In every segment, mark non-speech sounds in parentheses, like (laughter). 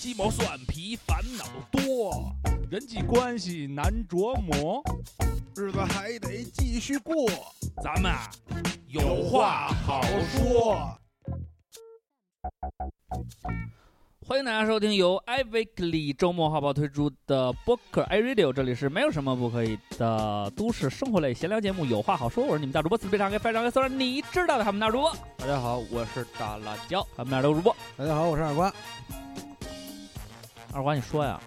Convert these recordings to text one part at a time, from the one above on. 鸡毛蒜皮烦恼多，人际关系难琢磨，日子还得继续过，咱们啊有话好说。。欢迎大家收听由 iWeekly 周末画报推出的播客 iRadio，这里是没有什么不可以的都市生活类闲聊节目，有话好说。我是你们大主播四非常给非常给虽然你知道的他们大主播，大家好，我是大辣椒。他们大主播大家好，我是二瓜。二瓜，你说呀？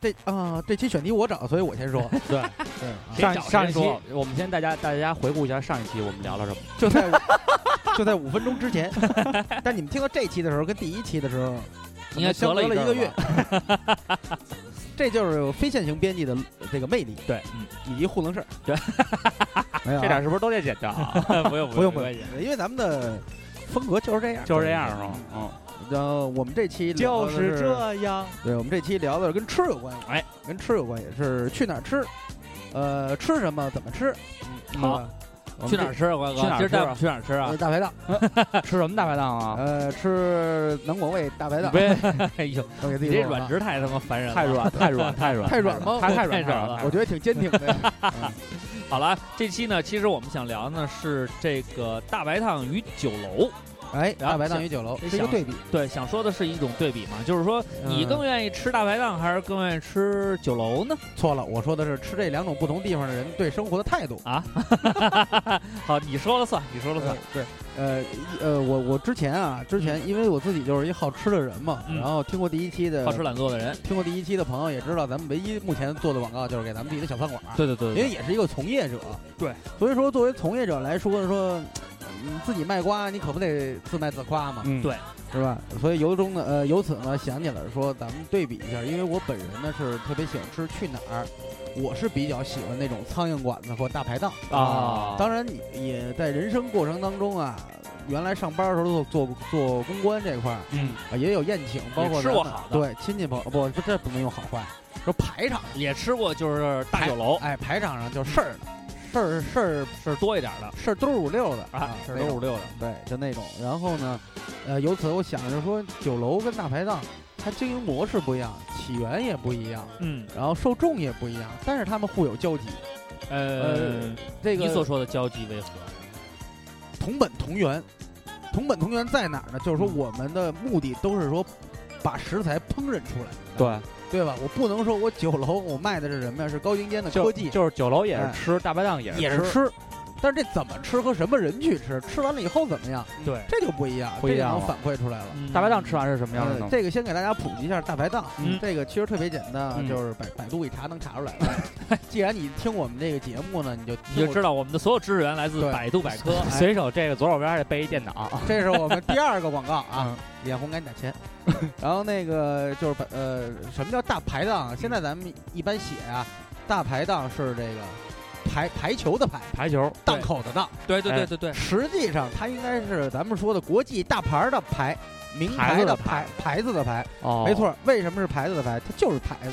这啊，这期选题我找，所以我先说。 (laughs) 对对，啊谁上找上谁一期说，我们先大家大家回顾一下上一期我们聊了什么。就在五 (laughs) 就在五分钟之前。但你们听到这期的时候，跟第一期的时候应该相隔隔一一阵儿个月吧。。 (laughs) 这就是非线性编辑的这个魅力对，嗯以及糊弄事儿。对，没有啊这点是不是都得剪掉 (laughs) 啊？不用不用不不用，因为咱们的风格就是这样。就是这样是吗？嗯，然后我们这期聊的是，样。对我们这期聊的是跟吃有关系，哎，跟吃有关系是去哪儿吃，呃，吃什么，怎么吃，嗯嗯好，我们去哪这儿？吃啊，瓜哥？嗯去哪儿今儿带吃我啊们去哪儿吃啊呃？大排档，吃什么大排档 (laughs) 啊？呃，吃南广味大排档，别， (laughs) 哎呦，都给自你己这说软了啊直太他妈烦人了，啊太软太软 (laughs) 太软太软吗？太我太软太软了了。我觉得挺坚挺 (laughs) 的。好了，啊这期呢，其实我们想聊呢是这个大白烫与酒楼。哎，然后大排档与酒楼想是一个对比，对，想说的是一种对比嘛，就是说你嗯更愿意吃大排档还是更愿意吃酒楼呢？错了，我说的是吃这两种不同地方的人对生活的态度。好，你说了算，你说了算呃。对，呃一呃，我我之前啊，之前因为我自己就是一好吃的人嘛，嗯然后听过第一期的呃好吃懒做的人，听过第一期的朋友也知道，咱们唯一目前做的广告就是给咱们自己的小饭馆儿，对对对因为也是一个从业者。对，所以说作为从业者来说，说嗯自己卖瓜，你可不得自卖自夸嘛，嗯，对是吧？所以由中呢，呃，由此呢想起了说，咱们对比一下，因为我本人呢是特别喜欢吃去哪儿，我是比较喜欢那种苍蝇馆子或大排档啊当然，你也在人生过程当中啊。原来上班的时候做做做公关这块儿，嗯啊，也有宴请，包括吃过咱们好的对亲戚朋友，不不，这不能用好坏，说排场，也吃过，就是大酒楼，哎，排场上就事儿的，事儿事儿是多一点的事儿都是五六的啊，是那都种五六的。对，就那种。然后呢，呃，由此我想着说，酒楼跟大排档，它经营模式不一样，起源也不一样，嗯，然后受众也不一样，但是他们互有交集。呃，这个你所说的交集为何？同本同源，同本同源在哪儿呢？就是说嗯我们的目的都是说，把食材烹饪出来，对，对吧？我不能说我酒楼我卖的是什么呀？是高精尖的就科技，就是酒楼也哎是吃，大排档也也是是。吃，但是这怎么吃和什么人去吃，吃完了以后怎么样，对，这就不一样，不一样这就能了嗯反馈出来了。大排档吃完是什么样的呃呢？这个先给大家普及一下大排档，嗯这个其实特别简单啊，嗯就是百百度一查能查出来 (laughs) 了。既然你听我们这个节目呢，你就你就知道，道我们的所有知识源来自对百度百 (laughs) 科。啊哎随手这个左手边还得备一电脑。这是我们第二个广告嗯啊，脸红赶紧打 (laughs) 钱。然后那个就是百呃，什么叫大排档啊？现在咱们一般写啊，大排档是这个排排球的排，排球，档口的档，对对对哎对对，实际上它应该是咱们说的国际大牌儿的牌，名牌牌子的的牌，牌子的牌。哦没，错，为什么是牌子的牌？它就是牌子，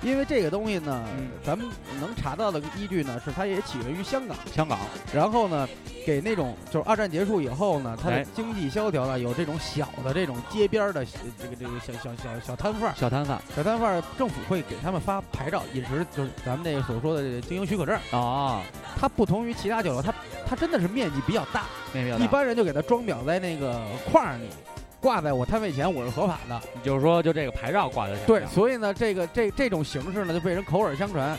因为这个东西呢，嗯咱们能查到的依据呢，是它也起源于香港，香港然后呢，给那种就是二战结束以后呢，它的哎经济萧条呢，有这种小的这种街边儿的呃这个这个小小小小摊贩儿，小摊贩小摊贩儿政府会给他们发牌照，饮食就是咱们那个所说的这个经营许可证。啊，它不同于其他酒楼，它它真的是面积比较大，那个一般人就给它装裱在那个框儿里，挂在我摊位前，我是合法的。你就是说就这个牌照挂就行。对，所以呢，这个这这种形式呢，就被人口耳相传，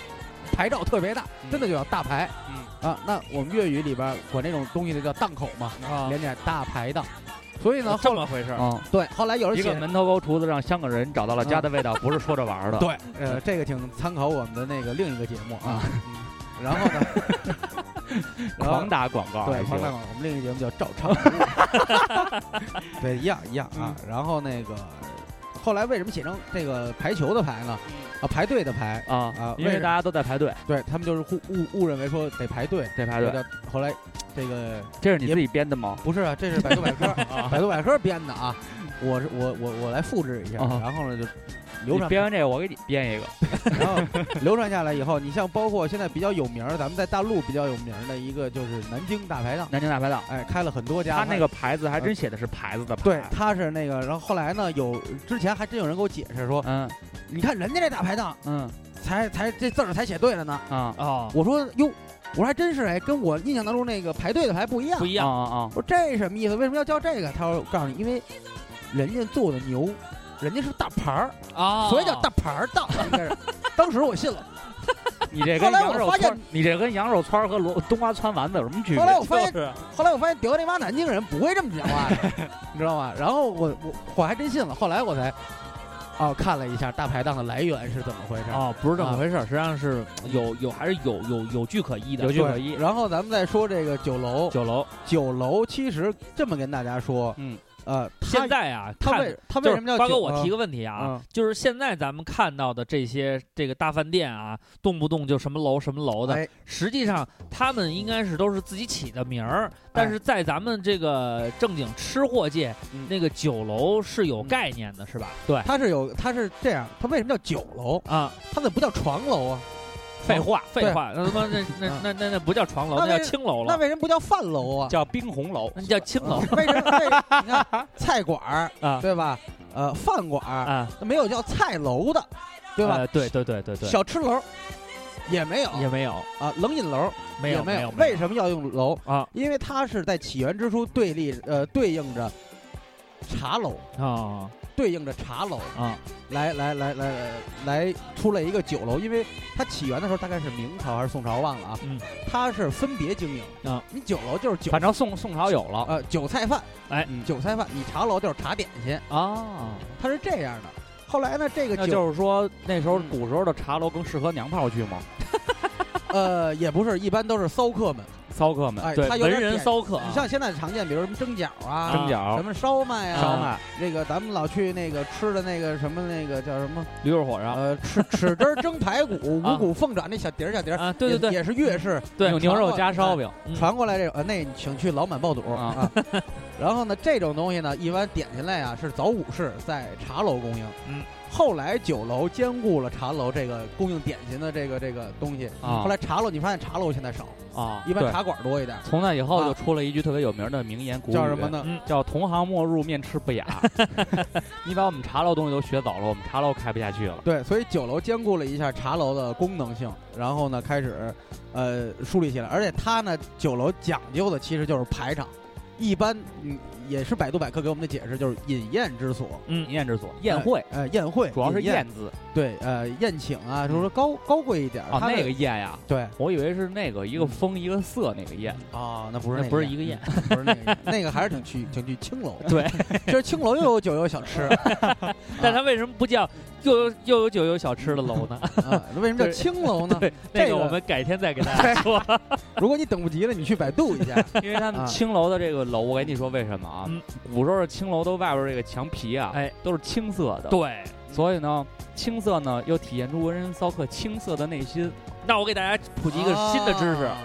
牌照特别大，真的就叫大牌。嗯啊，那我们粤语里边管这种东西就叫档口嘛，啊，连起来大排档。所以呢，这后来么回事儿。嗯，对后来有人一写个嗯门头沟厨子让香港人找到了家的味道，不是说着玩儿 (laughs) 的。对，呃，这个请参考我们的那个另一个节目啊。然后呢， (laughs) 然后狂打广告，对，还狂行大广，我们另一个节目叫照常服务 (laughs) 对，一样一样啊。然后那个后来为什么写成这个排球的排呢？嗯啊，排队的排。啊啊，为因为什么大家都在排队，对他们就是互误误认为说得排队，得排这队。叫后来这个这是你自己编的吗？不是啊，这是百度百 (laughs) 科，百度百科编的啊啊。我是我我我来复制一下，啊然后呢就流你传编完这个，我给你编一个。然后流传下来以后，你像包括现在比较有名儿，咱们在大陆比较有名儿的一个就是南京大排档，南京大排档，哎，开了很多家。他那个牌子还真写的是牌子的牌。对，他是那个，然后后来呢，有之前还真有人给我解释说，嗯你看人家这大排档嗯才才这字儿才写对了呢。啊哦，我说哟，我说还真是哎，跟我印象当中那个排队的排不一样不。一啊样，啊我说这什么意思？为什么要叫这个？他说我告诉你，因为人家做的牛，人家是大盘儿，啊，所以叫大盘儿档。应该是，当时我信了。啊！ (laughs) 你这后跟来我羊肉发现串，你这跟羊肉串和萝冬瓜汆丸子有什么区别后？来我发现就是后来我发现德克那帮南京人不会这么讲话的，你知道吗？然后我我我还真信了，后来我才哦看了一下大排档的来源是怎么回事。哦，不是这么回事儿，实际上是有有还是有有有据可依的，有据对可依然后咱们再说这个酒楼，酒楼酒楼其实这么跟大家说，嗯，呃，它现在啊，它看为它就为是什么叫瓜哥，酒我提个问题啊，啊，就是现在咱们看到的这些这个大饭店啊，动不动就什么楼什么楼嗯的，哎实际上他们应该是都是自己起的名儿，哎但是在咱们这个正经吃货界，嗯那个酒楼是有概念的，是吧？对它是有它是这样，它为什么叫酒楼？啊，它怎么不叫床楼啊？废话废对话，那他妈那那啊那那那不叫床楼，那那叫为青楼那了，为什么不叫饭楼啊？ (laughs) 叫冰红楼那叫青楼 (laughs) 为什么？为 (laughs) 你看菜馆儿啊对吧？呃，饭馆儿啊，没有叫菜楼的，对吧？呃？对对对对对，小吃楼也没有也没有啊，冷饮楼没也有没有。没有为什么要用楼啊？因为它是在起源之初对立呃对应着茶楼，啊对应着茶楼啊来来来来来来出了一个酒楼，因为它起源的时候大概是明朝还是宋朝忘了啊，嗯它是分别经营啊，你酒楼就是酒反正宋宋朝有了，呃酒菜饭，哎嗯，酒菜饭，你茶楼就是茶点心，啊，它是这样的。后来呢，这个那酒就是说那时候嗯古时候的茶楼更适合娘炮去吗？呃也不是，一般都是骚客们，骚客们，哎，对，它有文点人典骚客啊，你像现在常见，比如什么蒸饺啊，蒸什饺、么烧麦啊，烧烧麦、这个咱们老去那个吃的那个什么那个叫什么驴肉火烧、呃 (laughs) 齿齿汁儿蒸排骨、啊五谷凤爪那小碟儿小碟儿，啊，对对也对也是粤式对，嗯牛牛肉加烧饼，嗯传过来这种呃，那你请去老满爆肚啊 (laughs) 啊。然后呢，这种东西呢，一般点心类啊是早午市在茶楼供应，嗯，后来酒楼兼顾了茶楼这个供应点心的这个这个东西，啊后来茶楼你发现茶楼现在少，啊，一般对茶馆多一点，从那以后啊就出了一句特别有名的名言古语，叫什么呢？叫“同行莫入，面斥 (laughs) 不雅” 。你把我们茶楼东西都学走了，我们茶楼开不下去了。对，所以酒楼兼顾了一下茶楼的功能性，然后呢开始，呃，树立起来。而且它呢，酒楼讲究的其实就是排场，一般嗯也是百度百科给我们的解释，就是饮宴之所，嗯饮宴之所，宴会呃，宴会主要是饮宴，字对，呃，宴请啊，嗯就是说高高贵一点儿，啊，它的那个宴呀，对我以为是那个一个嗯风一个色那个宴。啊，那不是那那不是一个宴，不是那个宴， (laughs) 那个还是挺去挺去青楼，对， (laughs) 其实青楼又有酒又有小吃，(laughs) 啊但他为什么不叫又有又有酒又有小吃的楼 (laughs) 呢？啊，为什么叫对青楼呢？ (laughs) 对，这那个个我们改天再给大家说。如果你等不及了，你去百度 (laughs) 一下，因为他啊们青楼的这个楼，我跟你说为什么啊嗯？古时候的青楼都外边这个墙皮嗯啊，哎，都是青色的，对，所以呢，青色呢又体现出文人骚客青涩的内心。那我给大家普及一个新的知识啊，，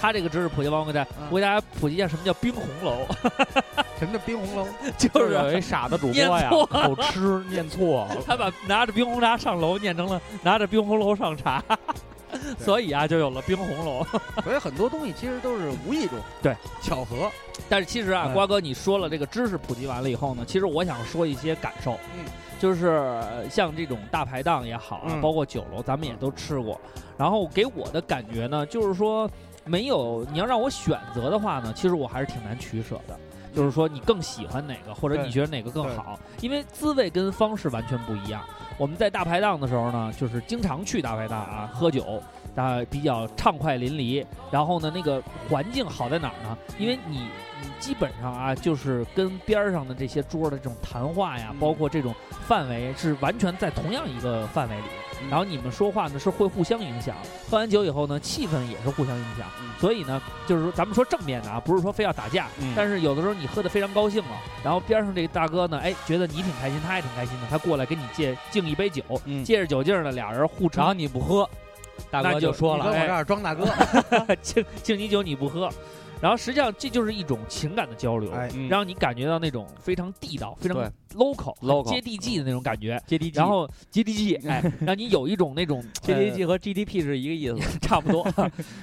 他这个知识普及完，我给大家嗯我给大家普及一下什么叫冰红楼， (laughs) 什么叫冰红楼？ (laughs) 就有是一傻子主播念呀，错口吃念错了， (laughs) 他把拿着冰红茶上楼念成了拿着冰红楼上茶， (laughs) 所以啊就有了冰红楼。所以很多东西其实都是无意中对巧合，但是其实啊，嗯瓜哥，你说了这个知识普及完了以后呢，其实我想说一些感受，嗯，就是呃像这种大排档也好啊，嗯包括酒楼，咱们也都吃过。然后给我的感觉呢，就是说没有你要让我选择的话呢，其实我还是挺难取舍的。就是说，你更喜欢哪个，或者对你觉得哪个更对好？因为滋味跟方式完全不一样。我们在大排档的时候呢，就是经常去大排档啊，喝酒，啊比较畅快淋漓。然后呢，那个环境好在哪儿呢？因为你你基本上啊，就是跟边儿上的这些桌的这种谈话呀，嗯包括这种范围是完全在同样一个范围里。嗯然后你们说话呢是会互相影响，喝完酒以后呢，气氛也是互相影响。嗯所以呢，就是说咱们说正面的啊，不是说非要打架，嗯但是有的时候你喝得非常高兴了，然后边上这个大哥呢，哎，觉得你挺开心，他也挺开心的，他过来跟你借敬一杯酒，嗯借着酒劲儿呢，俩人互然后称你不喝，大那哥就说好你了跟，我 (laughs) 哎这儿装大哥，敬敬你酒你不喝，然后实际上这就是一种情感的交流，哎，嗯让你感觉到那种非常地道、非常对 local、 local 接地气的那种感觉。接地气，然后 GDG，哎，让你有一种那种接地气和 GDP 是一个意思，呃差不多。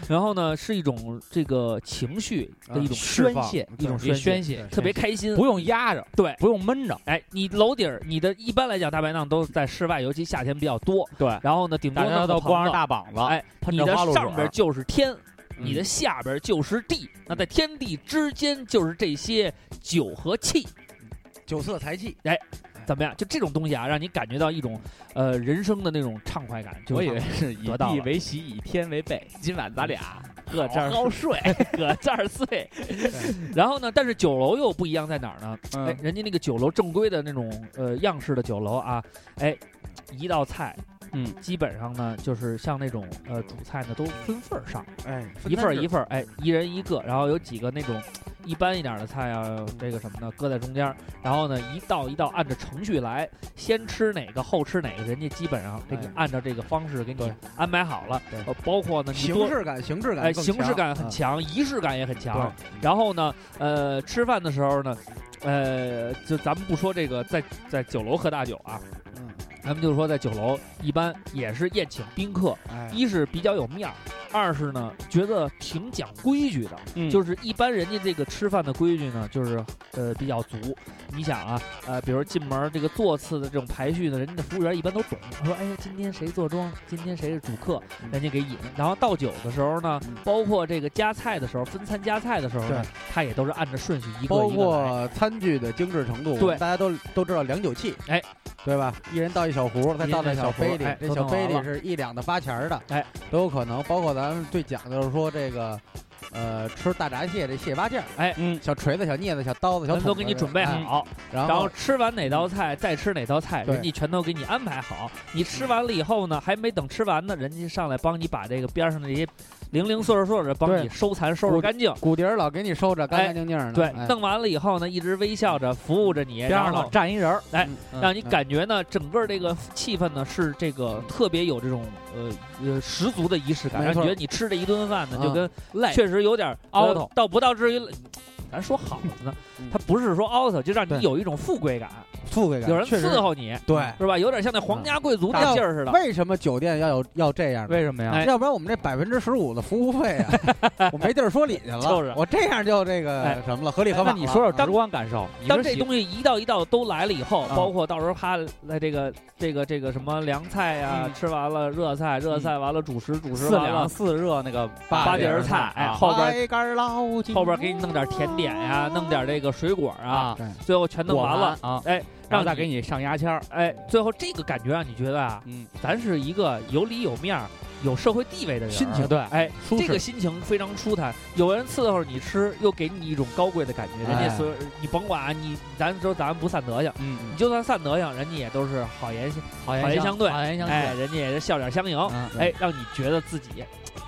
然后呢，是一种这个情绪的一种啊释宣放泄，对一种也宣宣泄，泄，特别宣泄开心。不用压着，对，不用闷着，哎，你楼顶儿，你的一般来讲大排档都是在室外，尤其夏天比较多。对，然后呢，顶多大家弄都个光棚着子，大膀子，哎，喷你着的花露上边水，就是天，嗯你的下边就是地，那在天地之间就是这些酒和气，酒色财气，怎么样？就这种东西啊，让你感觉到一种呃人生的那种畅快感。就我是以为是以得到地了为席，以天为被，今晚咱俩搁这儿 (laughs) 好好睡，搁这儿睡。 (laughs) 然后呢，但是酒楼又不一样在哪儿呢？嗯哎，人家那个酒楼正规的那种呃样式的酒楼啊，哎，一道菜，嗯，基本上呢就是像那种呃主菜呢都分份儿上，哎，一份儿一份份儿，哎，一人一个，然后有几个那种一般一点儿的菜啊，这个什么的搁在中间儿，然后呢一道一道按着程序来，先吃哪个后吃哪个，人家基本上给你哎按照这个方式给你对安排好了对，呃，包括呢你多形式感，形式感，嗯哎，形式感很，强，仪式感也很强。对然后呢，呃，吃饭的时候呢，呃，就咱们不说这个在在酒楼喝大酒啊，嗯，咱们就说在酒楼一般也是宴请宾客，哎，一是比较有面儿，二是呢觉得挺讲规矩的，嗯就是一般人家这个吃饭的规矩呢，就是呃比较足。你想啊，呃，比如进门儿这个座次的这种排序呢，人家的服务员一般都懂，说哎呀，今天谁坐庄，今天谁是主客，嗯人家给引。然后倒酒的时候呢嗯，包括这个夹菜的时候，分餐夹菜的时候呢对，他也都是按着顺序一个包一个来。括餐具的精致程度，对我们大家都都知道两酒器，哎，对吧？一人倒一小壶，再一人倒在倒小小壶杯里哎，这都小弄杯完里了是一两的八钱儿的，哎，都有可能。包括咱们最讲究是说这个，呃，吃大闸蟹这蟹八件儿，嗯，小锤子、小镊子、小刀子、小人桶哎都给你子准备哎好，嗯然然后后吃完哪道菜再吃哪道菜，对人家全都给你安排好。你吃完了以后呢，还没等吃完呢，人家上来帮你把这个边上的这些零零碎碎碎的帮对你收残收拾我干净。骨碟儿老给你收着，干干净净的，对哎，弄完了以后呢，一直微笑着服务着你，边然上后老站一人儿，哎嗯嗯让你嗯感觉呢，整个这个气氛呢是这个特别有这种呃呃十足的仪式感，没让你错觉得你吃这一顿饭呢，嗯就跟累确实有点呃 out 到不到至于，咱说好了呢嗯，它不是说 out，就让你对有一种富贵感，富贵感，有人确实伺候你，对。啊是吧？哎嗯有点像那皇家贵族那劲儿似的。为什么酒店要有要这样呢？为什么呀？哎要不然我们这百分之十五的服务费啊， (laughs) 我没地儿说理去了。就是我这样就这个哎什么了，合理合那法了。你说说啊直观感受，你当是这喜东西一道一道都来了以后，啊包括到时候他来这个这个这个什么凉菜呀，嗯吃完了热菜，热菜完了主食，主食四完了凉四热那个八八碟碟儿儿菜菜，哎，啊后边白干儿捞金后边给你弄点甜点呀，弄点这个水果啊，啊，最后全弄完了，啊，哎，然让后再给，你上牙签儿，哎，最后这个感觉让你觉得啊，嗯，咱是一个有里有面儿、有社会地位的人，心啊情对，哎，舒这个适。心情非常舒坦，有人伺候你吃，又给你一种高贵的感觉。人哎家所有你甭管啊你，咱说咱不散德行，嗯你，就算散德行，人家也都是好言好好言相对好言相哎，对，人家也是笑脸相迎，嗯，哎，让你觉得自己，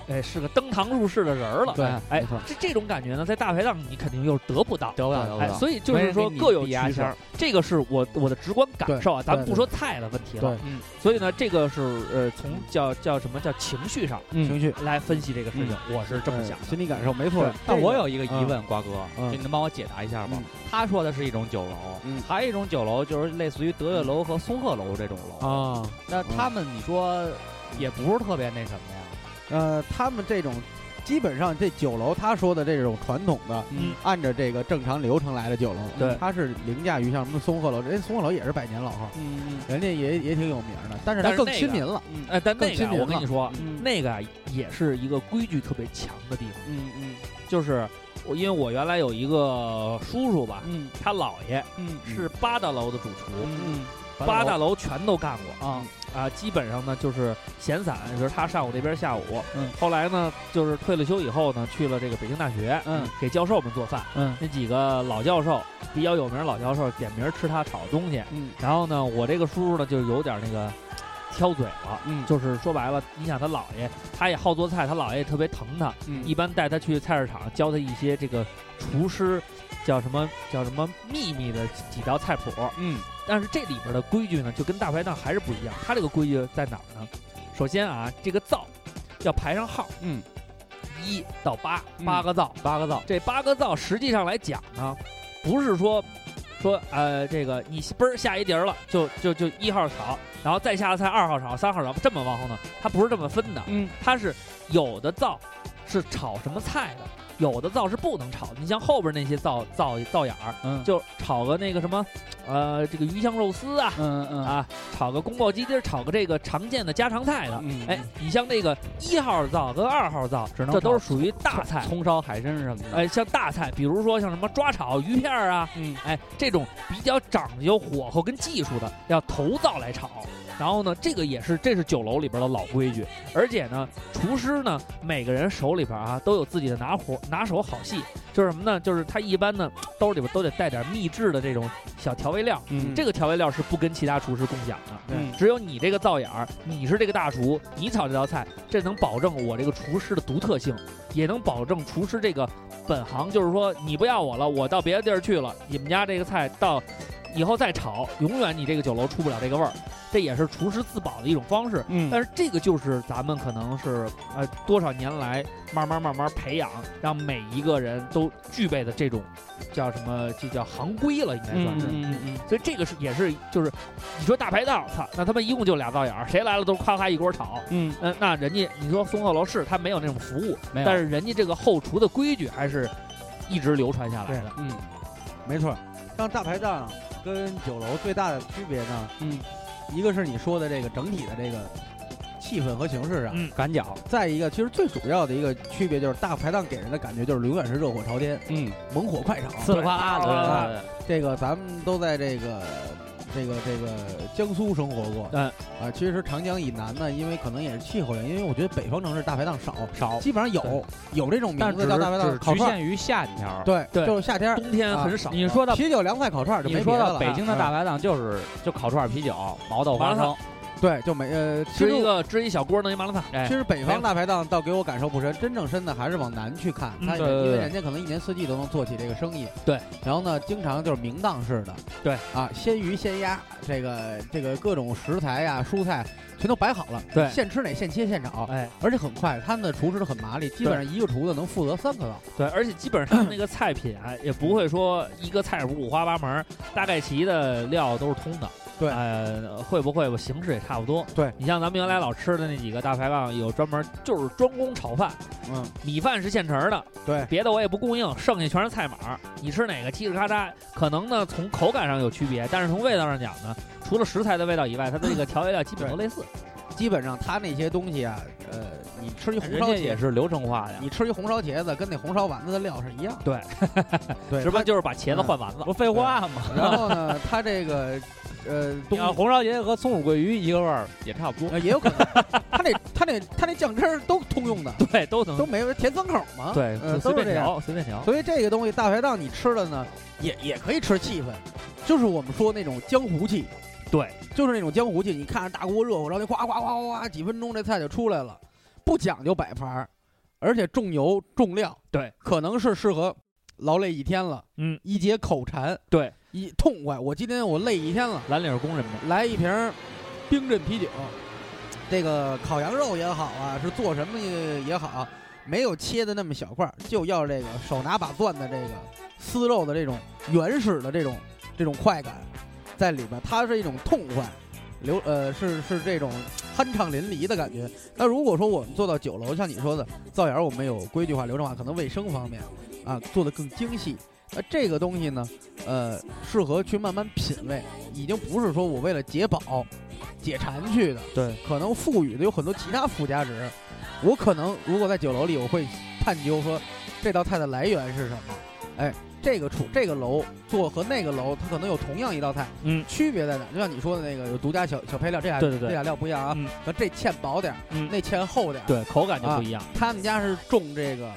哎，是个登堂入室的人儿了。对，哎没错，这这种感觉呢，在大排档你肯定又得不到，得不到得不哎，到所以就没是人说给你各有递牙取签舍儿，这个是我我的直观感受啊，对咱们对不说菜的问题了对，嗯，所以呢，这个是呃，从叫叫什么叫情绪上嗯情绪来分析这个事情，我是这么哎想的。心理感受没错对。，但这我个有一个疑问，瓜哥，嗯就你能帮我解答一下吗嗯？他说的是一种酒楼嗯，还有一种酒楼就是类似于德月楼和松鹤楼这种楼。啊，那他们你说也不是特别那什么呀？呃，他们这种基本上这酒楼他说的这种传统的，嗯按照这个正常流程来的酒楼，对它是凌驾于像什么松鹤楼，人家松鹤楼也是百年老号，嗯人家也也挺有名的，但是但它是更那个亲民了。嗯哎，但那更个亲啊民我跟你了说，嗯那个啊也是一个规矩特别强的地方，嗯嗯就是我因为我原来有一个叔叔吧，嗯他姥爷嗯是八大楼的主厨，嗯八大楼全都干过。啊啊，基本上呢就是闲散，就是他上午那边下午。嗯，后来呢，就是退了休以后呢，去了这个北京大学，嗯，给教授们做饭。嗯那几个老教授比较有名，老教授点名吃他炒的东西。嗯，然后呢，我这个叔叔呢就有点那个挑嘴了，嗯就是说白了，你想他姥爷，他也好做菜，他姥爷也特别疼他，嗯一般带他去菜市场，教他一些这个厨师叫什么叫什么秘密的几道菜谱。嗯但是这里边的规矩呢，就跟大排档还是不一样。它这个规矩在哪儿呢？首先啊，这个灶要排上号，嗯，一到八嗯八个灶。八个灶，这八个灶实际上来讲呢，不是说说呃这个你嘣儿下一碟儿了，就就就一号炒，然后再下菜二号炒，三号炒，这么往后呢，它不是这么分的，嗯，它是有的灶是炒什么菜的，有的灶是不能炒的。你像后边那些灶灶灶眼儿，嗯就炒个那个什么，呃，这个鱼香肉丝啊，嗯嗯啊，炒个宫保鸡丁儿，炒个这个常见的家常菜的。嗯，哎，你像那个一号灶跟二号灶，只能这都炒是属于大菜。葱烧海参什么的，哎，像大菜，比如说像什么抓炒鱼片儿啊，嗯，哎，这种比较讲究火候跟技术的，要头灶来炒。然后呢，这个也是这是酒楼里边的老规矩，而且呢，厨师呢每个人手里边啊都有自己的拿活拿手好戏，就是什么呢？就是他一般呢兜里边都得带点秘制的这种小调味料，嗯这个调味料是不跟其他厨师共享的。嗯只有你这个灶眼儿，你是这个大厨，你炒这道菜，这能保证我这个厨师的独特性，也能保证厨师这个本行，就是说你不要我了，我到别的地儿去了，你们家这个菜到以后再炒，永远你这个酒楼出不了这个味儿，这也是厨师自保的一种方式。嗯但是这个就是咱们可能是呃多少年来慢慢慢慢培养，让每一个人都具备的这种叫什么？这叫行规了，应该算是。嗯嗯所以这个是也是就是，你说大排档，操，那他妈一共就俩灶眼儿，谁来了都夸夸一锅炒。嗯，嗯，那人家你说松鹤楼是他没有那种服务，没有，但是人家这个后厨的规矩还是一直流传下来的。嗯没错，像大排档跟酒楼最大的区别呢，嗯，一个是你说的这个整体的这个气氛和形式上，嗯擀饺，再一个其实最主要的一个区别就是大排档给人的感觉就是永远是热火朝天、嗯，猛火快炒。呲啦啦对的，对对这个咱们都在这个这个这个江苏生活过，嗯啊、其实长江以南呢，因为可能也是气候原因，因为我觉得北方城市大排档少，少，基本上有有这种但名是字只叫大排档是烤局串儿，限于夏天儿。啊对，对就是夏天儿冬天很少。你说到啤酒、凉菜、烤串儿就你没说别的到了。啊北京的大排档就是就烤串、啤酒、毛豆、花生，对，就没呃，其吃一实个吃一小锅弄一麻辣烫，哎其实北没方了大排档倒给我感受不深，真正深的还是往南去看，嗯它也对对因为对人家可能一年四季都能做起这个生意。对，然后呢，经常就是明档式的，对啊，鲜鱼鲜鸭，这个这个各种食材呀、蔬菜全都摆好了，对现吃哪现切现炒，哎，而且很快，他们的厨师都很麻利，基本上一个厨子能负责三个灶。对，而且基本上那个菜品啊，也不会说一个菜谱五花八门儿，大概齐的料都是通的。对呃，会不会吧？形式也差不多。对你像咱们原来老吃的那几个大排档，有专门就是专攻炒饭，嗯，米饭是现成儿的，对，别的我也不供应，剩下全是菜码儿。你吃哪个叽里咔嚓，可能呢从口感上有区别，但是从味道上讲呢，除了食材的味道以外，它的这个调味料基本都类似。基本上他那些东西啊，呃，你吃一红人烧家茄也子，是流程化的。你吃一红烧茄子，跟那红烧丸子的料是一样。对， (laughs) 对，直他播就是把茄子换丸子。不废话吗？ (laughs) 然后呢，他这个呃，你东要红烧茄子和松鼠桂鱼一个味儿，也差 (laughs) 不多。呃也有可能，他那他那他那酱汁儿都通用的，对，都能都没甜三口嘛。嗯对，呃，随都是便这样。调，随便调。所以这个东西大排档你吃了呢，也也可以吃气氛，就是我们说那种江湖气。对，就是那种江湖气，你看着大锅热乎，然后就哗哗哗哗哗，几分钟这菜就出来了，不讲究摆盘儿，而且重油重料，对，可能是适合劳累一天了，嗯，一解口馋，对，一痛快。我今天我累一天了，蓝领工人们。来一瓶儿冰镇啤酒，这个烤羊肉也好啊，是做什么也好，没有切的那么小块儿，就要这个手拿把攥的这个撕肉的这种原始的这种这种快感在里边，它是一种痛快，流呃是是这种酣畅淋漓的感觉。那如果说我们做到酒楼，像你说的灶眼，我们有规矩化、流程化，可能卫生方面啊做的更精细。那这个东西呢，呃，适合去慢慢品味，已经不是说我为了解饱、解馋去的，对，可能赋予的有很多其他附加值。我可能如果在酒楼里，我会探究说这道菜的来源是什么。哎，这个厨这个楼做和那个楼，它可能有同样一道菜，嗯区别在哪？就像你说的那个有独家小小配料，这俩对对对这俩料不一样啊，嗯可这芡薄点儿，嗯那芡厚点儿。对，口感就不一样。他们家是种这个，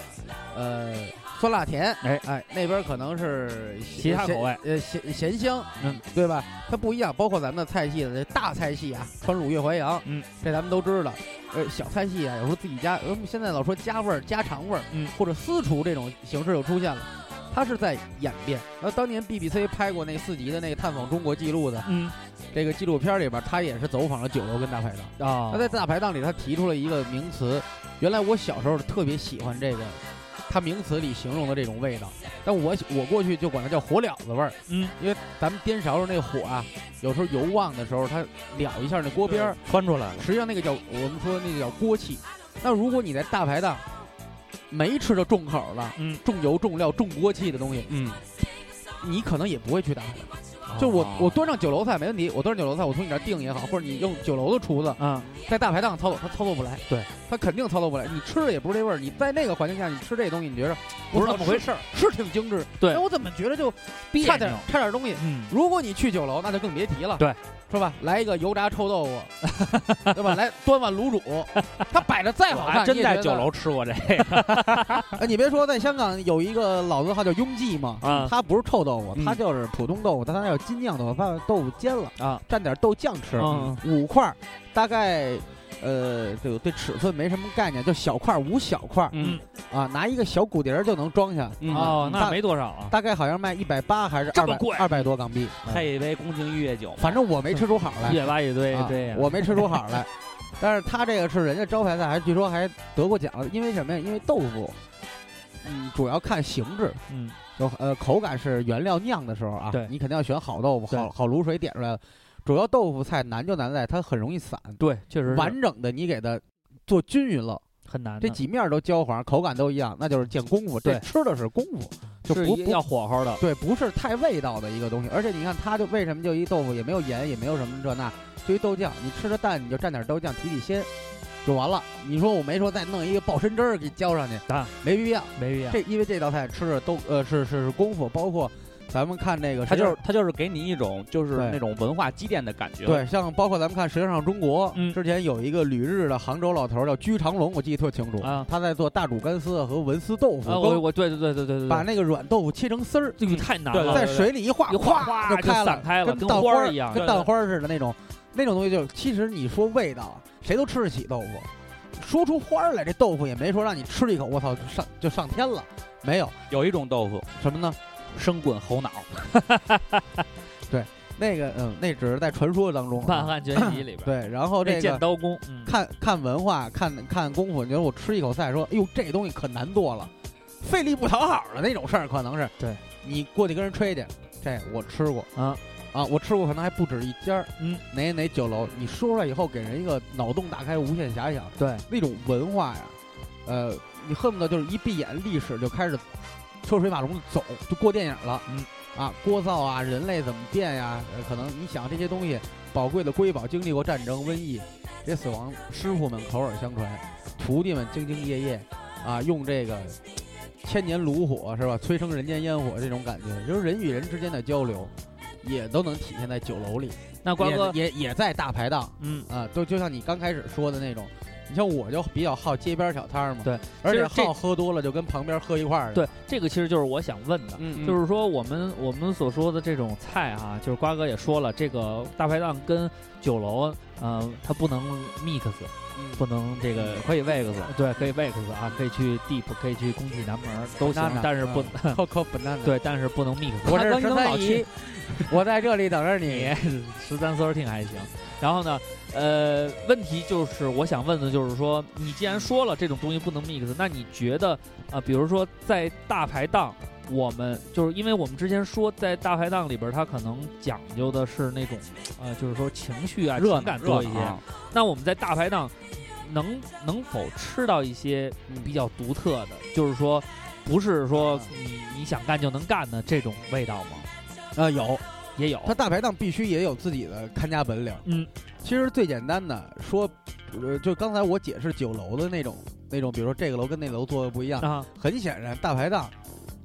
呃，酸辣甜，哎哎，那边可能是其他口味咸，呃，咸咸香，嗯，对吧？它不一样，包括咱们的菜系的这大菜系啊，川鲁粤淮扬，嗯，这咱们都知道。呃，小菜系啊，有时候自己家，呃，现在老说家味儿、家常味儿，嗯或者私厨这种形式又出现了，呃它是在演变。那当年 BBC 拍过那四集的那个探访中国记录的，嗯，这个纪录片里边，他也是走访了酒楼跟大排档。啊他在大排档里，他提出了一个名词，原来我小时候特别喜欢这个，他名词里形容的这种味道，但我我过去就管它叫火燎子味儿，嗯，因为咱们颠勺时候那火啊，有时候油旺的时候，它燎一下那锅边儿，窜出来了，实际上那个叫我们说那个叫锅气。那如果你在大排档没吃到重口了，嗯，重油重料重锅气的东西，嗯，你可能也不会去大排档。就哦我我端上酒楼菜没问题，我端上酒楼菜，我从你这儿订也好，或者你用酒楼的厨子啊，在大排档操作，他操作不来，对他肯定操作不来。你吃的也不是这味儿，你在那个环境下你吃这东西，你觉着不是那么回事，事儿，是挺精致，哎对但我怎么觉着就别差点扭，差点东西。嗯，如果你去酒楼，那就更别提了，对，是吧？来一个油炸臭豆 (laughs) 腐，对吧？来端碗卤煮，他摆的再我好还看，真你也在觉酒得。楼吃过 (laughs) 这，哎，你别说，在香港有一个老字号叫雍记嘛，啊它不是臭豆腐，嗯它就是普通豆腐，但它叫金酿豆腐，把豆腐煎了啊，蘸点豆酱吃，嗯五块儿，大概呃，对对尺寸没什么概念，就小块儿五小块儿嗯啊，拿一个小骨碟儿就能装下，嗯哦，那大没多少啊，大概好像卖一百八还是这二么百贵二百多港币，嗯配一杯宫廷玉液 (laughs) 酒，反正我没吃出好来一，百八一堆，啊对呀，我没吃出好 (laughs) 来。但是他这个是人家招牌菜，还据说还得过奖了，因为什么呀？因为豆腐，嗯，主要看形制，嗯就呃口感是原料酿的时候啊，对你肯定要选好豆腐，对好好卤水点出来的。主要豆腐菜难就难在它很容易散，对，确实是完整的你给它做均匀了，很难的，这几面儿都焦黄，口感都一样，那就是见功夫。这对吃的是功夫，就是不一不要火候的，对，不是太味道的一个东西。而且你看，它就为什么就一豆腐，也没有盐，也没有什么这那，就一豆酱。你吃着蛋，你就蘸点豆酱提提鲜，就完了。你说我没说再弄一个鲍参汁儿给浇上去，啊没必要。没必要，这因为这道菜吃着都呃是是是功夫，包括咱们看那个它实际就上，是它就是给你一种就是对那种文化积淀的感觉，，对，像包括咱们看《舌尖上中国》嗯之前有一个旅日的杭州老头儿叫居长龙，我记得特清楚，啊他在做大煮干丝和文丝豆腐啊，羹，我我对对对对对对，把那个软豆腐切成丝儿，这个太难对了，在对水里一化，一哗哗就开散开了跟跟蛋花花儿儿一样跟对蛋对花儿似的那种，那种东西就其实你说味道啊，谁都吃得起豆腐，说出花儿来，这豆腐也没说让你吃一口，我操，就上就上天了，没有有一种豆腐什么呢？生滚猴脑，那个嗯，那只是在传说当中 (laughs) 啊，半汉全席里边，对，然后那这剑个刀工，嗯，看看文化，看看功夫，你觉得我吃一口菜，说，哎呦，这东西可难做了，费力不讨好的那种事儿，可能是对，你过去跟人吹去，这我吃过啊啊，我吃过，可能还不止一家儿，嗯，哪哪酒楼，你说出来以后，给人一个脑洞大开、无限遐想，对，那种文化呀，呃，你恨不得就是一闭眼，历史就开始车水马龙的走，就过电影了。嗯，啊，锅灶啊，人类怎么变呀？呃可能你想这些东西，宝贵的瑰宝经历过战争、瘟疫，这些死亡，师傅们口耳相传，徒弟们兢兢业业，啊，用这个千年炉火是吧，催生人间烟火这种感觉，就是人与人之间的交流。也都能体现在酒楼里，那瓜哥，也也也在大排档，嗯，啊，都就像你刚开始说的那种，你像我就比较好街边小摊儿嘛，对，而且其实这好喝多了就跟旁边喝一块儿，，对，这个其实就是我想问的，嗯，就是是说我们我们所说的这种菜哈、就是瓜哥也说了，这个大排档跟酒楼，呃，它不能 mix，不嗯能这个。嗯可以喂个子，对，可以 mix 啊，可以去 deep，可以去宫崎南门儿都行 Banana，，但是不、喝口嗯本蛋 (laughs) 对，但是不能 mix。我他这刚是十刚老三去姨，我在这里等着你。 (laughs) 十三 thirteen 还行。然后呢，呃，问题就是我想问的就是说，你既然说了这种东西不能 mix，那你觉得啊、呃比如说在大排档，我们就是因为我们之前说在大排档里边儿，它可能讲究的是那种呃，就是说情绪啊、热情感多一些。啊那我们在大排档能能否吃到一些嗯比较独特的，就是说不是啊说你你想干就能干的这种味道吗？啊，有，也有，他大排档必须也有自己的看家本领。嗯，其实最简单的说，呃，就刚才我解释酒楼的那种那种，比如说这个楼跟那楼做的不一样，啊，很显然，大排档，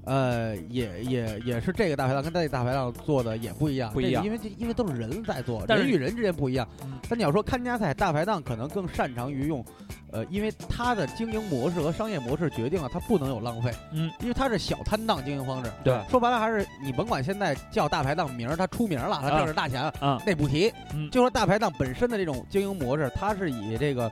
呃，也也也是这个大排档跟那个大排档做的也不一样，不一这样个因为这因为都是人在做，但是人与人之间不一样。嗯但你要说看家菜，大排档可能更擅长于用，呃，因为它的经营模式和商业模式决定了它不能有浪费，嗯，因为它是小摊档经营方式。对说白了还是你甭管现在叫大排档名儿，它出名了，它挣着大钱了，啊那不提。嗯就说大排档本身的这种经营模式，它是以这个，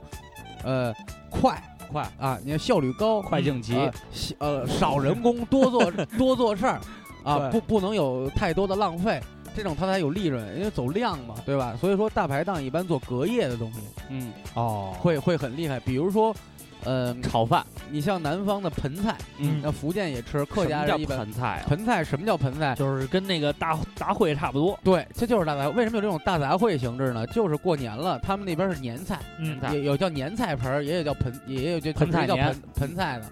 呃，快快啊，你看效率高，快晋级，呃小 (laughs) 呃少人工，多做多做事儿啊，对不不能有太多的浪费。这种它才有利润，因为走量嘛，对吧？所以说大排档一般做隔夜的东西嗯，哦，会会很厉害，比如说，呃，炒饭，你像南方的盆菜，嗯，那福建也吃，客家什么人一叫般盆菜啊，盆菜什么叫盆菜？就是跟那个大杂烩差不多。对，这就是大杂。为什么有这种大杂烩形式呢？就是过年了，他们那边是年菜，嗯菜也有叫年菜盆儿，也有叫盆，也有叫盆菜叫年盆盆菜的。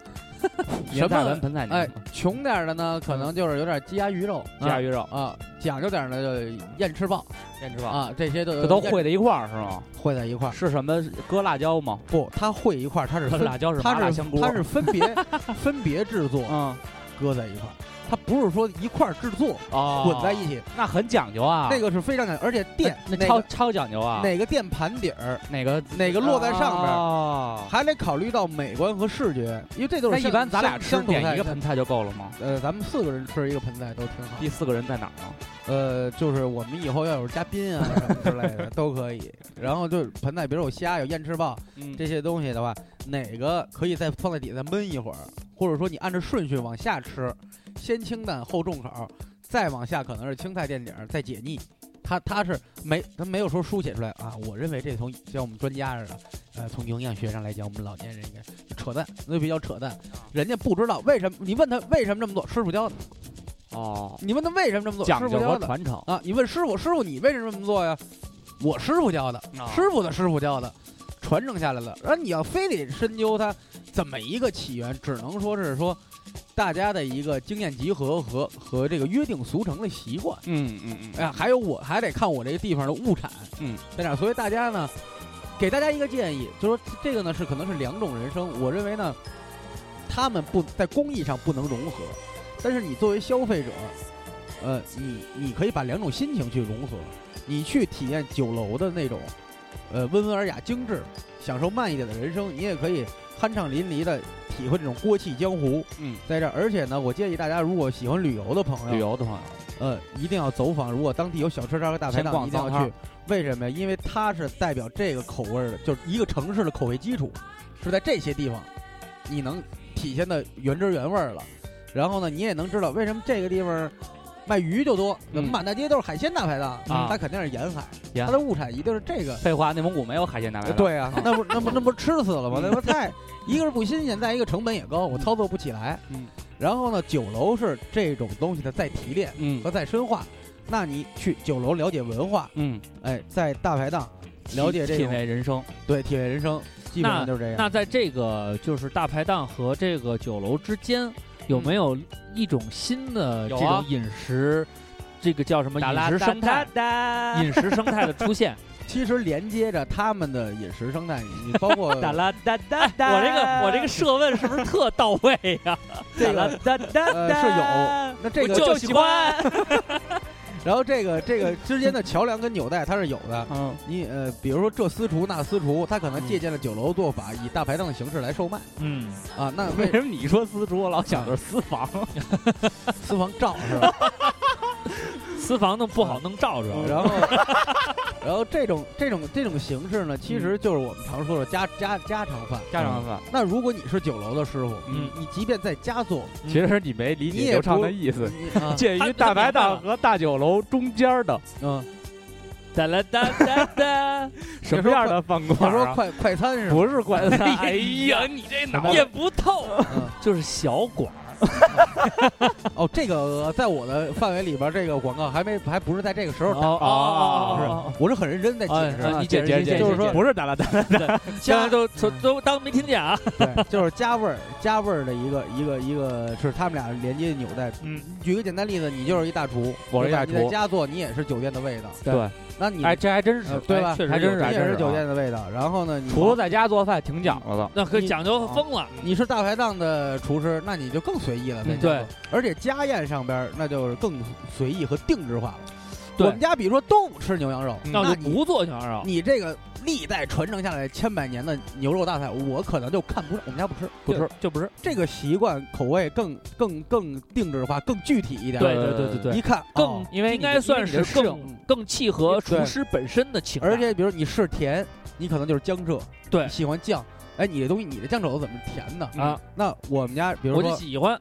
年什菜么文盆菜哎年，穷点儿的呢，可能就是有点鸡鸭鱼肉，嗯鸡鸭鱼肉，啊，讲究点儿的就燕翅膀先吃吧，啊，这些都这都燕烩在一块儿是吗？烩在一块儿。是什么？搁辣椒吗？不，它烩一块儿，它是分 (laughs) 辣椒是麻它辣是香锅，它是分 (laughs) 别分别制作，嗯搁在一块儿，它不是说一块儿制作哦，混在一起，那很讲究啊，那个是非常讲究，而且店那哪超个超讲究啊，哪个店盘底儿，哪个哪个落在上边儿，边？还得考虑到美观和视觉，因为这都那是乡一般咱俩吃乡乡土点菜一个盆。菜就够了吗？呃，咱们四个人吃一个盆菜都挺好。第四个人在哪儿呢？呃，就是我们以后要有嘉宾啊什么之类的 (laughs) 都可以。然后就是盆菜，比如有虾、有燕翅膀嗯这些东西的话，哪个可以再放在底下焖一会儿，或者说你按照顺序往下吃，先清淡后重口，再往下可能是青菜垫底儿，再解腻。它它是没它没有说书写出来啊，我认为这从像我们专家似的，呃，从营养学上来讲，我们老年人应该扯淡，那就比较扯淡。啊人家不知道为什么，你问他为什么这么做，师傅教的；哦，你问他为什么这么做，讲师究傅和教的。传承。啊，你问师傅，师傅你为什么这么做呀？我师傅教的，师师傅的师傅教的，传承下来的。而你要非得深究它怎么一个起源，只能说是说大家的一个经验集合和和这个约定俗成的习惯。嗯嗯哎呀，还有我还得看我这个地方的物产，嗯，在哪儿。所以大家呢，给大家一个建议，就说这个呢是可能是两种人生，我认为呢，他们不在工艺上不能融合，但是你作为消费者，呃，你你可以把两种心情去融合，你去体验酒楼的那种，呃，温文尔雅、精致，享受慢一点的人生，你也可以酣畅淋漓的体会这种锅气江湖，嗯在这儿。而且呢，我建议大家如果喜欢旅游的朋友，嗯，旅游的朋友，呃，一定要走访。如果当地有小吃摊和大排先档，逛一定要脏摊去。为什么呀？因为它是代表这个口味儿的，就是一个城市的口味基础，是在这些地方，你能体现的原汁原味儿了。然后呢，你也能知道为什么这个地方卖鱼就多，嗯满大街都是海鲜大排档，啊它肯定是沿海，沿它的物产一定是这个。废话，内蒙古没有海鲜大排档。，对啊，那不那不那不吃死了吗？嗯那不太，一个是不新鲜，再一个成本也高，我操作不起来。嗯，然后呢，酒楼是这种东西的再提炼。嗯和再深化。那你去酒楼了解文化，嗯，哎，在大排档了解这体种味哎人生。对体验人生，基本上就是这样。那在这个就是大排档和这个酒楼之间，有没有一种新的有这啊种饮食，这个叫什么饮食生态？哒饮食生态的出现，其实连接着他们的饮食生态， (laughs) 你包括啦哒哒哒我这个我这个设问是不是特到位呀、这个哒哒呃是有，那这我个，就喜喜欢欢。然后这个这个之间的桥梁跟纽带它是有的。嗯你呃，比如说这私厨那私厨，他可能借鉴了酒楼做法，以大排档的形式来售卖嗯，啊。那为为 (laughs) 什么你说私厨，我老想着私房？私房照是吧？私房弄不好弄罩着。然后， (laughs) 然后这种这种这种形式呢，其实就是我们常说的家家家常饭。 (laughs) 家常饭，那如果你是酒楼的师傅，嗯你即便在家做，嗯其实你没理你解也刘畅不的意思。你啊，介于大排档和大酒楼中间的嗯， (laughs) 哒啦哒哒哒，什么样的饭我馆说啊？快快餐是吧？不是快餐， (laughs) 哎哎呀，呀，你这脑也不透，嗯就是小馆儿。哦，这个呃在我的范围里边，这个广告还没还不是在这个时候打，哦哦我是很认真在解释哎的，啊啊你解释解解释就是说不是哒啦哒啦现在家都都都当没听见啊。对， (laughs) 就是加味儿加味儿的一个一个一个是他们俩连接的纽带。嗯，举个简单例子，你就是一大厨，我是一大对吧你厨在家做，你也是酒店的味道，对，那你哎，这还真呃是，对吧哎确实还真是有你还也真是是酒啊店的味道。然后呢，你厨子在家做饭挺讲究的，那可你讲究疯了。你是大排档的厨师，那你就更随意了。在嗯家对而且家宴上边儿那就是更随意和定制化了。对我们家比如说都不吃牛羊肉，嗯那我就你不做牛羊肉。你这个历代传承下来千百年的牛肉大菜，我可能就看不上。我们家不吃，不吃就不吃，这个习惯口味更更更定制化，更具体一点。对对对对对一看更哦因为应你该的算因为是你的更性更契合厨对师本身的情感。而且比如你是甜，你可能就是江浙，对你嗯喜欢酱。哎，你这东西，你的酱肘子怎么甜呢？啊，那我们家比如我就说喜欢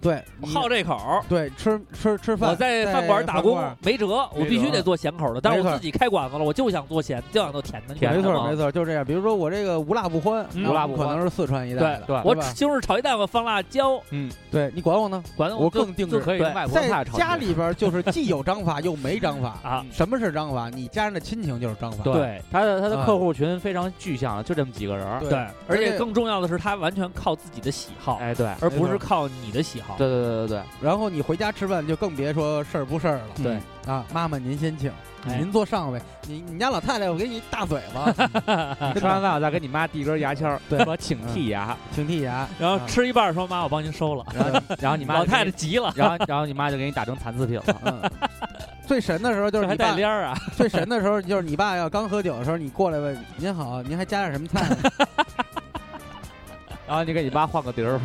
对，你好这口儿。对吃吃吃饭。我在饭馆打工没辙，我必须得做咸口的。但是没我错自己开馆子了，我就想做咸，就想做甜的。你甜明没白错吗没错，就这样。比如说我这个无辣不欢，啊嗯那无辣不可能欢是四川一带的，对我吧西红柿炒鸡蛋，我放辣椒，对你管我呢？管我就更定就制可以对跟外国在菜炒起来家里边 (laughs) 就是既有章法又没章法。啊，嗯什么是章法？你家人的亲情就是章法。对对他的他啊的客户群非常具象，就这么几个人儿。对对，而而且且更重要的是，他完全靠自己的喜好，哎，对，而不是没错靠你的喜好。对对对对对，然后你回家吃饭就更别说事儿不事儿了。对啊，妈妈您先请，哎您坐上位。你你家老太太，我给你一大嘴 (laughs) 巴，嗯吃完饭我再给你妈递根牙签儿，对说请剔牙，请剔牙。然后啊吃一半说妈，我帮您收了。然后然后你妈老就给太太你，急了，然后然后你妈就给你打成残次品了。嗯，最神的时候就这是还你带爸，帘儿啊！最神的时候就是你爸要刚喝酒的时候，你过来问您好，您还加点什么菜呢？ (laughs) 然后你给你妈换个碟儿，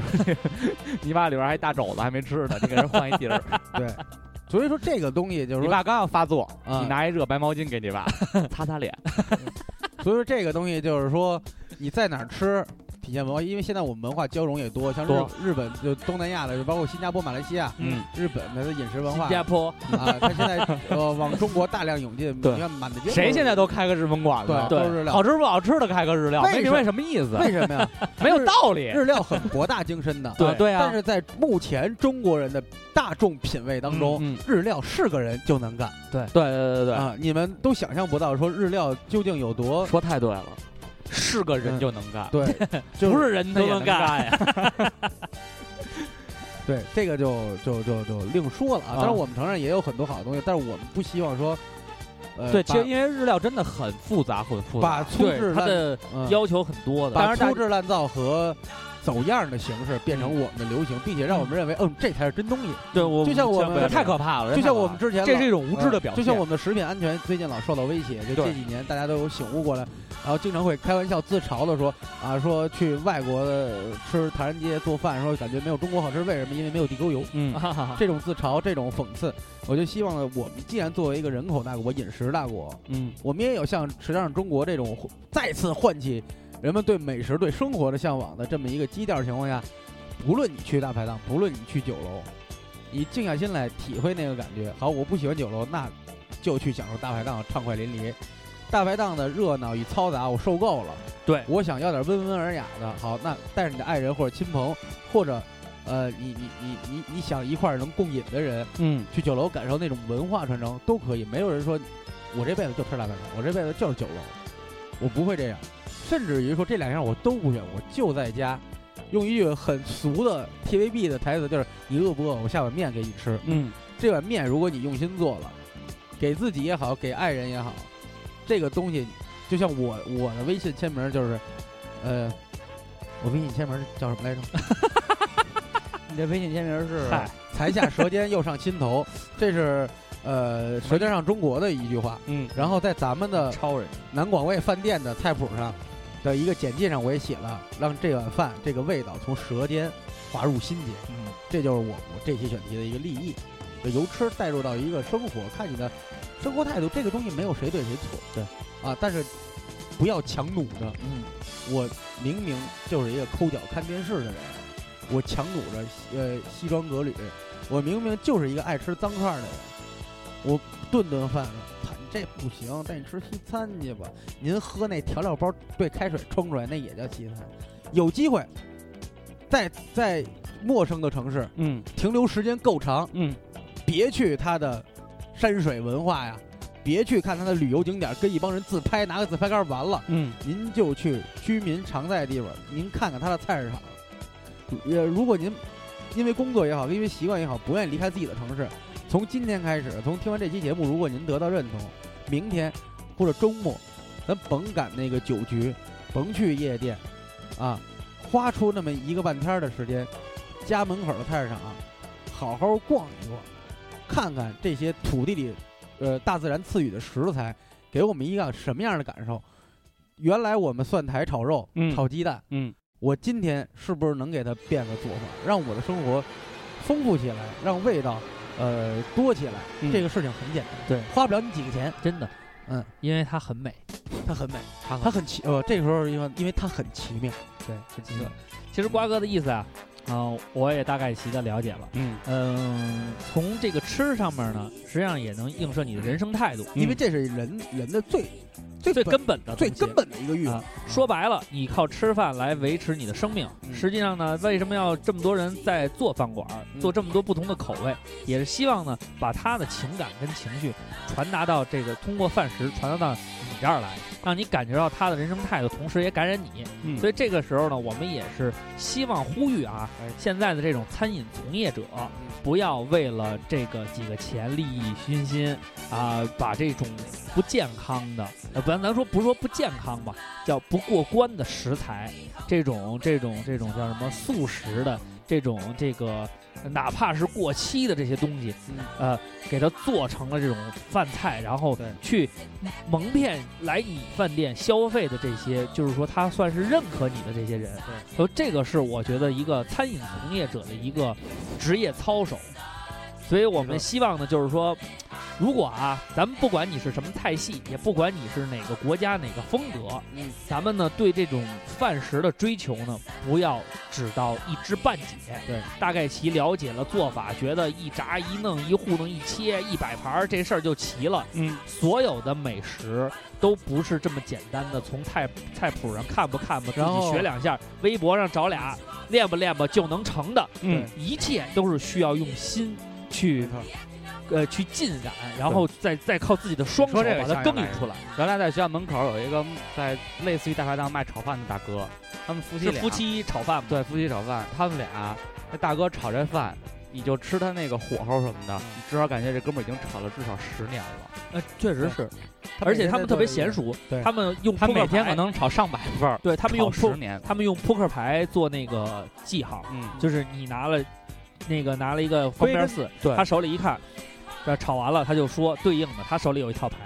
你爸里边还大肘子还没吃呢，你给人换一碟儿。对，所以说这个东西就是你说，爸刚要发作，啊你拿一热白毛巾给你爸擦擦脸。所以说这个东西就是说你在哪儿吃。体现文化，因为现在我们文化交融也多，像多日日本就东南亚的，就包括新加坡、马来西亚、嗯，日本的饮食文化新加坡啊，它现在呃往中国大量涌进，对你看满大街都是谁现在都开个日本馆了？对都是日料好吃不好吃的开个日料，为什没明白什么意思，为什么 (laughs) 呀？没有道理。日料很博大精深的，对啊对啊，但是在目前中国人的大众品味当中，嗯，嗯日料是个人就能干对对对对对，啊！你们都想象不到说日料究竟有多说太对了，是个人就能干，对，就不是人他也能 (laughs) 干呀。对这个就就就就另说了啊啊。但是我们承认也有很多好的东西，但是我们不希望说，呃，对，其把实因为日料真的很复杂，很复把杂。粗对制他滥的嗯要求很多的，把当然粗制滥造和走样的形式变成我们的流行，并且让我们认为，嗯，这才是真东西。对我就像我千万不们要这这嗯太样可怕了，就像我们之前这老是一种无知的表就现，像我们的食品安全最近老受到威胁，就这对几年大家都有醒悟过来，然后经常会开玩笑自嘲的说啊，说去外国的吃唐人街做饭，说感觉没有中国好吃，为什么？因为没有地沟油。嗯，哈哈哈这种自嘲，这种讽刺，我就希望呢，我们既然作为一个人口大国、饮食大国，嗯我们也有像实际上中国这种再次唤起人们对美食、对生活的向往的这么一个基调情况下，不论你去大排档，不论你去酒楼，你静下心来体会那个感觉。好，我不喜欢酒楼，那就去享受大排档，畅快淋漓。大排档的热闹与嘈杂，我受够了。对我想要点温文尔雅的。好，那带着你的爱人或者亲朋，或者呃，你你你你你想一块儿能共饮的人， (laughs) 嗯，去酒楼感受那种文化传承都可以，没有人说我这辈子就吃大排档，我这辈子就是酒楼，我不会这样，甚至于说这两样我都不选，我就在家，用一句很俗的 TVB 的台词就是你饿不饿，我下碗面给你吃，嗯，这碗面如果你用心做了，给自己也好，给爱人也好，这个东西就像我我的微信签名就是，呃，我微信签名叫什么来着？ (laughs) 你的微信签名是嗨才下舌尖，又上心头，这是呃《舌尖上中国》的一句话。嗯，然后在咱们的超人南广味饭店的菜谱上的一个简介上，我也写了，让这碗饭这个味道从舌尖滑入心间，嗯这就是我我这期选题的一个立意。就由吃带入到一个生活，看你的生活态度，这个东西没有谁对谁错，对啊，但是不要强弩着。嗯我明明就是一个抠脚看电视的人，我强弩着呃西装革履，我明明就是一个爱吃脏串儿的人，我顿顿饭，操你这不行，带你吃西餐去吧。您喝那调料包兑开水冲出来，那也叫西餐。有机会，在在陌生的城市嗯停留时间够长，嗯，别去它的山水文化呀，别去看它的旅游景点儿，跟一帮人自拍，拿个自拍杆儿完了。嗯您就去居民常在的地方，您看看他的菜市场。也如果您因为工作也好，因为习惯也好，不愿意离开自己的城市，从今天开始，从听完这期节目，如果您得到认同，明天或者周末，咱甭赶那个酒局，甭去夜店，啊，花出那么一个半天儿的时间，家门口的菜市场，好好逛一逛，看看这些土地里，呃，大自然赐予的食材，给我们一个什么样的感受？原来我们蒜苔炒肉、嗯炒鸡蛋，嗯我今天是不是能给它变个做法，让我的生活丰富起来，让味道呃多起来？嗯这个事情很简单，对花不了你几个钱，真的，嗯，因为它很美，它很美，它它很奇呃，这个时候因为因为它很奇妙，对，是奇特。其实瓜哥的意思啊，啊，我也大概齐的了解了。嗯，嗯，从这个吃上面呢，实际上也能映射你的人生态度，因为这是人人的最嗯最最本根本的最东西根。本的一个欲望啊。，说白了，你靠吃饭来维持你的生命。嗯实际上呢，为什么要这么多人在做饭馆儿，嗯做这么多不同的口味，也是希望呢，把他的情感跟情绪传达到这个，通过饭食传达到你这儿来，让你感觉到他的人生态度，同时也感染你。嗯所以这个时候呢，我们也是希望呼吁啊哎，嗯现在的这种餐饮从业者，不要为了这个几个钱利益熏心啊、把这种不健康的，呃，不，咱说不是说不健康吧，叫不过关的食材，这种这种这种叫什么素食的这种这个，哪怕是过期的这些东西，嗯呃，给它做成了这种饭菜，然后对去蒙骗来你饭店消费的这些，就是说他算是认可你的这些人，对所以这个是我觉得一个餐饮从业者的一个职业操守。所以我没们错希望呢，就是说，如果啊，咱们不管你是什么菜系，也不管你是哪个国家哪个风格，嗯，咱们呢对这种饭食的追求呢，不要只到一知半解。对，大概其了解了做法，觉得一炸一弄一糊弄一切一摆盘儿这事儿就齐了。嗯，所有的美食都不是这么简单的，从菜菜谱上看吧看吧，自然己后学两下，微博上找俩练吧练吧就能成的。嗯，一切都是需要用心没去错，呃去浸染，然后再再靠自己的双手你说这把个它像耕一耘个出来。原来在学校门口有一个在类似于大排档卖炒饭的大哥，他们夫妻是俩夫妻炒饭吗？对夫妻炒饭，他们俩那大哥炒这饭，你就吃他那个火候什么的，至少感觉这哥们儿已经炒了至少十年了。呃，确实对是，他而每且天他在们特做别这个娴熟对，他们用他扑克每天牌可能炒上百份儿，对他们用炒十扑年。他们用扑克牌做那个记号，嗯，就是你拿了那个拿了一个方边四，对他手里一看，这炒完了他就说对应的他手里有一套牌，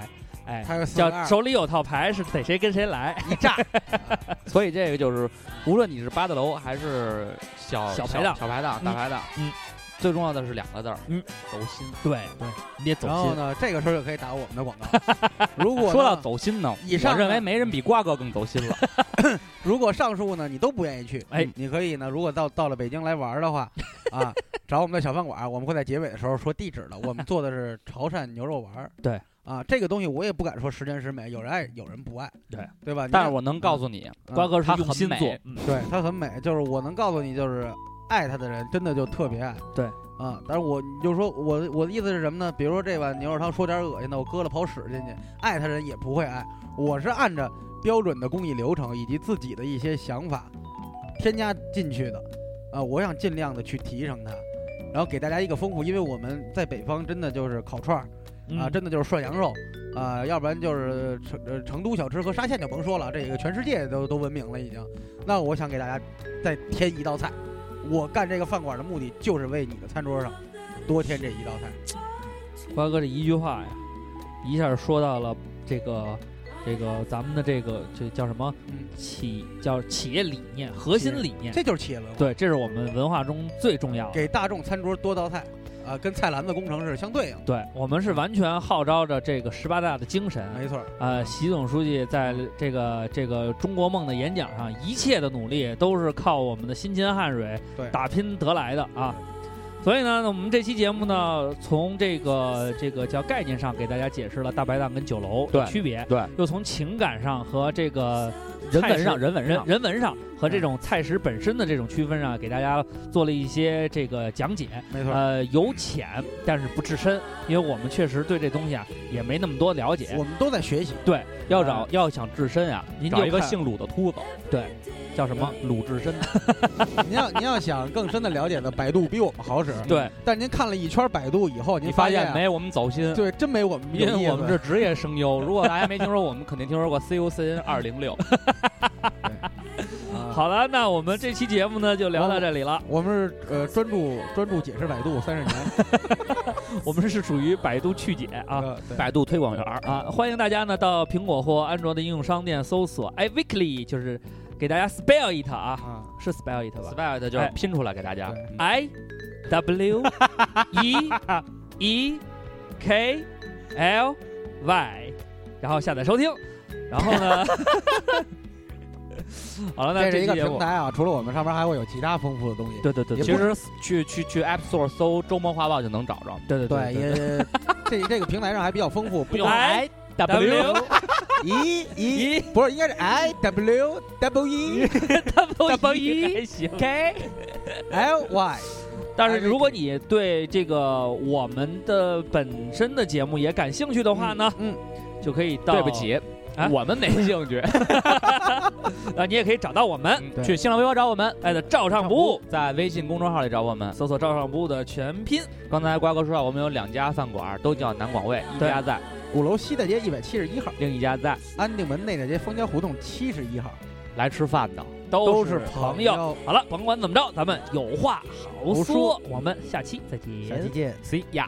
哎，他是叫手手里有套牌是逮谁跟谁来，一炸，所以这个就是，无论你是八大楼还是小小排档小排档、嗯大排档，嗯，最重要的是两个字儿，嗯，走心。 (laughs) 对对，你得走然后心。呢，这个时候就可以打我们的广告。 (laughs) 如果呢说到，走心呢，以上啊我呢认为没人比瓜哥更走心 (laughs) 了。如果上述呢你都不愿意去，哎嗯你可以呢，如果到到了北京来玩儿的话， (laughs) 啊，找我们的小饭馆儿，我们会在结尾的时候说地址的。我们做的是潮汕牛肉丸儿，对啊，这个东西我也不敢说十全十美，有人爱，有人不爱，对对吧？你但看是我能告诉你，嗯瓜哥是它用很心美做，嗯对它很美，就是我能告诉你，就是爱它的人真的就特别爱。对啊，但是我你就说我我的意思是什么呢？比如说这碗牛肉汤说点恶心的，我搁了泡屎进去，爱它的人也不会爱。我是按照标准的工艺流程以及自己的一些想法添加进去的，啊，我想尽量的去提升它，然后给大家一个丰富，因为我们在北方真的就是烤串儿。啊，嗯真的就是涮羊肉，啊，要不然就是成呃成都小吃和沙县就甭说了，这个全世界都都闻名了已经。那我想给大家再添一道菜，我干这个饭馆的目的就是为你的餐桌上多添这一道菜。瓜哥这一句话呀，一下说到了这个这个咱们的这个这叫什么嗯，企叫企业理念、核心理哎念。这就是企业文化，对，这是我们文化中最重要的。给大众餐桌多道菜，啊，跟菜篮子工程是相对应的。对我们是完全号召着这个十八大的精神。没错，呃，习总书记在这个这个中国梦的演讲上，一切的努力都是靠我们的辛勤汗水对打拼得来的啊。所以呢，我们这期节目呢，从这个这个叫概念上给大家解释了大排档跟酒楼的对区别，对，又从情感上和这个人菜文式上，人文人上，嗯人文上和这种菜食本身的这种区分上，给大家做了一些这个讲解。没错。呃，由浅但是不至深，因为我们确实对这东西啊也没那么多了哎解。我们都在学习，对，要要找、找要想至深啊，您就嗯找一个看姓鲁的秃子，叫什么？鲁智深。您要您要想更深的了解的，百度比我们好使。对，但您看了一圈百度以后，您嗯你发现啊现？啊没？我们走心，对，真没我们有因意为思我们是职业声优。如果大家没听说，我们肯定听说过 (laughs) CUCN 二零六。 (laughs) 嗯啊好了，那我们这期节目呢就聊到这里哦了。我们是呃专注专注解释 (laughs) 百度三十年我们是属于百度趣解啊。嗯呃对百度推广员儿，啊，欢迎大家呢到苹果或安卓的应用商店搜索 iWeekly，就是给大家 spell it 啊，啊，是 spell it 吧 spell 就是拼出来给大家。对嗯哎？I W (laughs) E E K L Y，然后下载收听。然后呢， (laughs) 好了，那这是一期个节平目，台啊，除了我们上面还会有其他丰富的东西。对对对，也对其实去去去 App Store 搜“周末画报”就能找着。对对对，对也 (laughs) 这这个平台上还比较丰富，不用 I W 一一一不是应该是 I W (laughs) W E W 一一还行， K。 L Y。但是如果你对这个我们的本身的节目也感兴趣的话呢，嗯，就可以到对不起啊，我们没兴 (laughs) 趣。啊，你也可以找到我们，嗯对去新浪微博找我们，哎的照上不误，在微信公众号里找我们。搜索照上不误的全拼。刚才瓜哥说到，我们有两家饭馆，都叫南广味，一对家在，鼓楼西大街一百七十一号，另一家在，安定门内大街枫江胡同七十一号，来吃饭的。都都是是朋朋友。友好了，甭管怎么着，咱们有话好好说说，我们下期再见。下期见。 See ya。